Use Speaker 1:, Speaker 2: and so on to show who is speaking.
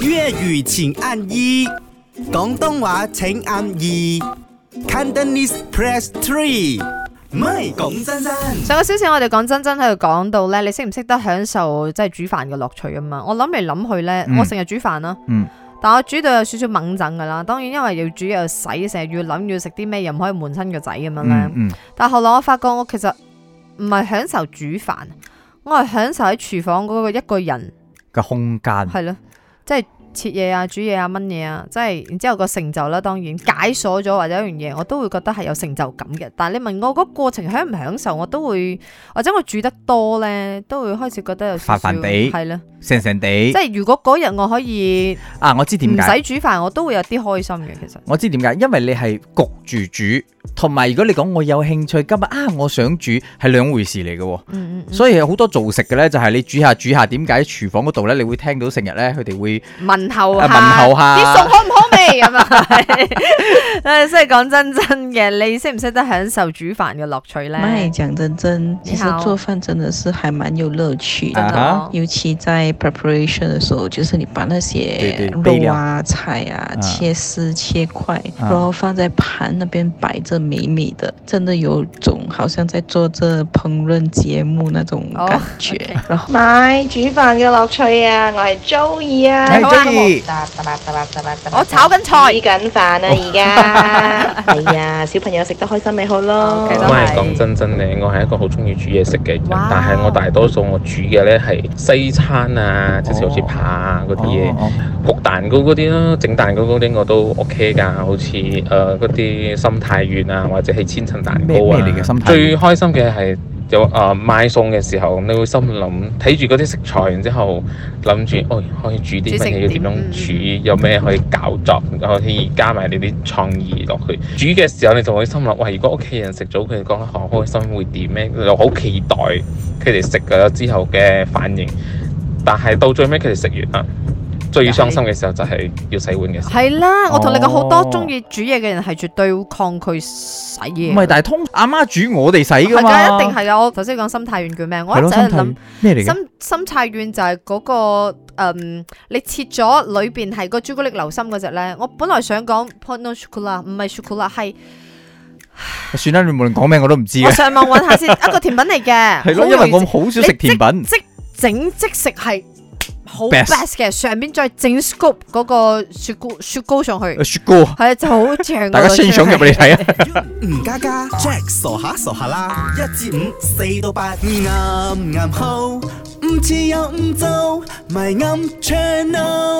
Speaker 1: 粤语请按一，广东话请按二，Cantonese press three。唔係講真真，
Speaker 2: 上個小時我哋講真真喺度講到咧，你識唔識得享受即係煮飯嘅樂趣啊嘛？我諗嚟諗去咧，
Speaker 3: 嗯
Speaker 2: 我成日煮飯啦，
Speaker 3: 嗯
Speaker 2: 但我煮到有少少猛整噶啦。當然因為要煮又洗，成日要諗要食啲咩，又唔可以悶親個仔咁樣咧。
Speaker 3: 嗯嗯，
Speaker 2: 但後來我發覺我其實唔係享受煮飯，我係享受喺廚房嗰個一個人
Speaker 3: 嘅空間
Speaker 2: 係咯，即係切嘢啊、煮嘢啊、炆嘢啊，即係然之後個成就啦。當然解鎖咗或者一樣嘢，我都會覺得係有成就感嘅。但係你問我嗰個過程享唔享受，我都會或者我煮得多咧，都會開始覺得有少少
Speaker 3: 煩煩地
Speaker 2: 係啦。
Speaker 3: 成成
Speaker 2: 即
Speaker 3: 地
Speaker 2: 係如果嗰日我可以
Speaker 3: 啊！我知
Speaker 2: 唔
Speaker 3: 點解，
Speaker 2: 使煮飯，我都會有啲開心嘅。其實
Speaker 3: 我知點解，因為你係焗住煮，同埋如果你講我有興趣，今日啊我想煮係兩回事嚟嘅喎。
Speaker 2: 嗯嗯
Speaker 3: 所以好多做食嘅咧，就係你煮下煮下，點解廚房嗰度咧，你會聽到成日咧佢哋會
Speaker 2: 嗯，問候下
Speaker 3: 啊問候下
Speaker 2: 啲餸好唔好味咁啊！ 誒，所以講真真嘅，你識唔識得享受煮飯嘅樂趣咧？
Speaker 4: 麦讲真真，其实
Speaker 2: 你好
Speaker 4: 做饭真的是还蛮有乐趣
Speaker 2: 真
Speaker 4: 的。
Speaker 2: 的
Speaker 3: 啊
Speaker 2: 哦
Speaker 4: 尤其在 preparation 的时候，就是你把那
Speaker 3: 对
Speaker 4: 些
Speaker 3: 对备
Speaker 4: 肉
Speaker 3: 料
Speaker 4: 啊、菜啊
Speaker 3: 啊
Speaker 4: 切丝切块，
Speaker 3: 啊
Speaker 4: 然后放在盘那边摆着美美的，真的有种好像在做这烹饪节目那种
Speaker 2: 哦
Speaker 4: 感觉。
Speaker 2: OK
Speaker 4: 然后
Speaker 5: 唔係煮飯嘅樂趣啊！我係 Joey 啊，
Speaker 3: 係
Speaker 2: 好啊
Speaker 3: Joey
Speaker 2: 我炒緊 菜
Speaker 5: 煮緊飯啊！而家係啊，小朋友食得開心咪好咯
Speaker 2: OK，。都
Speaker 6: 我係
Speaker 2: 係
Speaker 6: 講真真咧，我係一個好中意煮嘢食嘅人，
Speaker 2: 哇
Speaker 6: 但係我大多數我煮嘅咧係西餐啊，即係好似
Speaker 3: 哦
Speaker 6: 扒啊嗰啲嘢，
Speaker 3: 哦
Speaker 6: 焗蛋糕嗰啲啦，整蛋糕嗰啲我都 OK 㗎，好似誒嗰啲心太軟啊，或者係千層蛋糕
Speaker 3: 咩咩
Speaker 6: 啊。
Speaker 3: 嚟嘅心太軟
Speaker 6: 最開心嘅係有誒買餸嘅時候，你會心諗睇住嗰啲食材，然之後諗住哦可以煮啲乜
Speaker 2: 煮成
Speaker 6: 嘢，要點
Speaker 2: 點嗯
Speaker 6: 樣煮，有咩可以搞作，可以加埋你啲創意落去。煮嘅時候你就會心諗，喂，如果屋企人食咗，佢哋講得好開心，會點咧？你就好期待佢哋食咗之後嘅反應。但係到最尾佢哋食完啦，最傷心嘅時候就係要洗碗嘅時候。
Speaker 2: 係啦，我同你講好多
Speaker 3: 哦
Speaker 2: 中意煮嘢嘅人係絕對會抗拒洗
Speaker 3: 唔
Speaker 2: 嘢。
Speaker 3: 係，但係通阿媽煮我哋洗
Speaker 2: 係
Speaker 3: 㗎嘛，
Speaker 2: 㗎，一定係啊㗎。我頭先講心太軟叫咩？我
Speaker 3: 係
Speaker 2: 一
Speaker 3: 咯，
Speaker 2: 直
Speaker 3: 心
Speaker 2: 喺
Speaker 3: 太
Speaker 2: 度諗
Speaker 3: 軟咩嚟嘅？
Speaker 2: 心心太軟就係嗰、個嗯你切咗裏邊係個朱古力流心嗰只咧。我本來想講 p o n o c h o c o l a 唔係 c h o c o l a 係
Speaker 3: 算啦，你無論講咩我都唔知
Speaker 2: 我
Speaker 3: 嘅，
Speaker 2: 上網揾 下先，一個甜品嚟嘅，
Speaker 3: 啊係咯，
Speaker 2: 好
Speaker 3: 因
Speaker 2: 容
Speaker 3: 為
Speaker 2: 易
Speaker 3: 我好少食甜品。
Speaker 2: 即整即食係好
Speaker 3: Best
Speaker 2: best 嘅，上面再整 scoop 嗰個雪糕雪糕上去，
Speaker 3: 呃雪糕啊，
Speaker 2: 係就好正嗰個出嚟。
Speaker 3: 大家欣賞入嚟睇啊！
Speaker 1: 吳家家 Jack 傻下傻下啦，一至五四到八，啱啱好，唔似又唔做，咪啱 channel。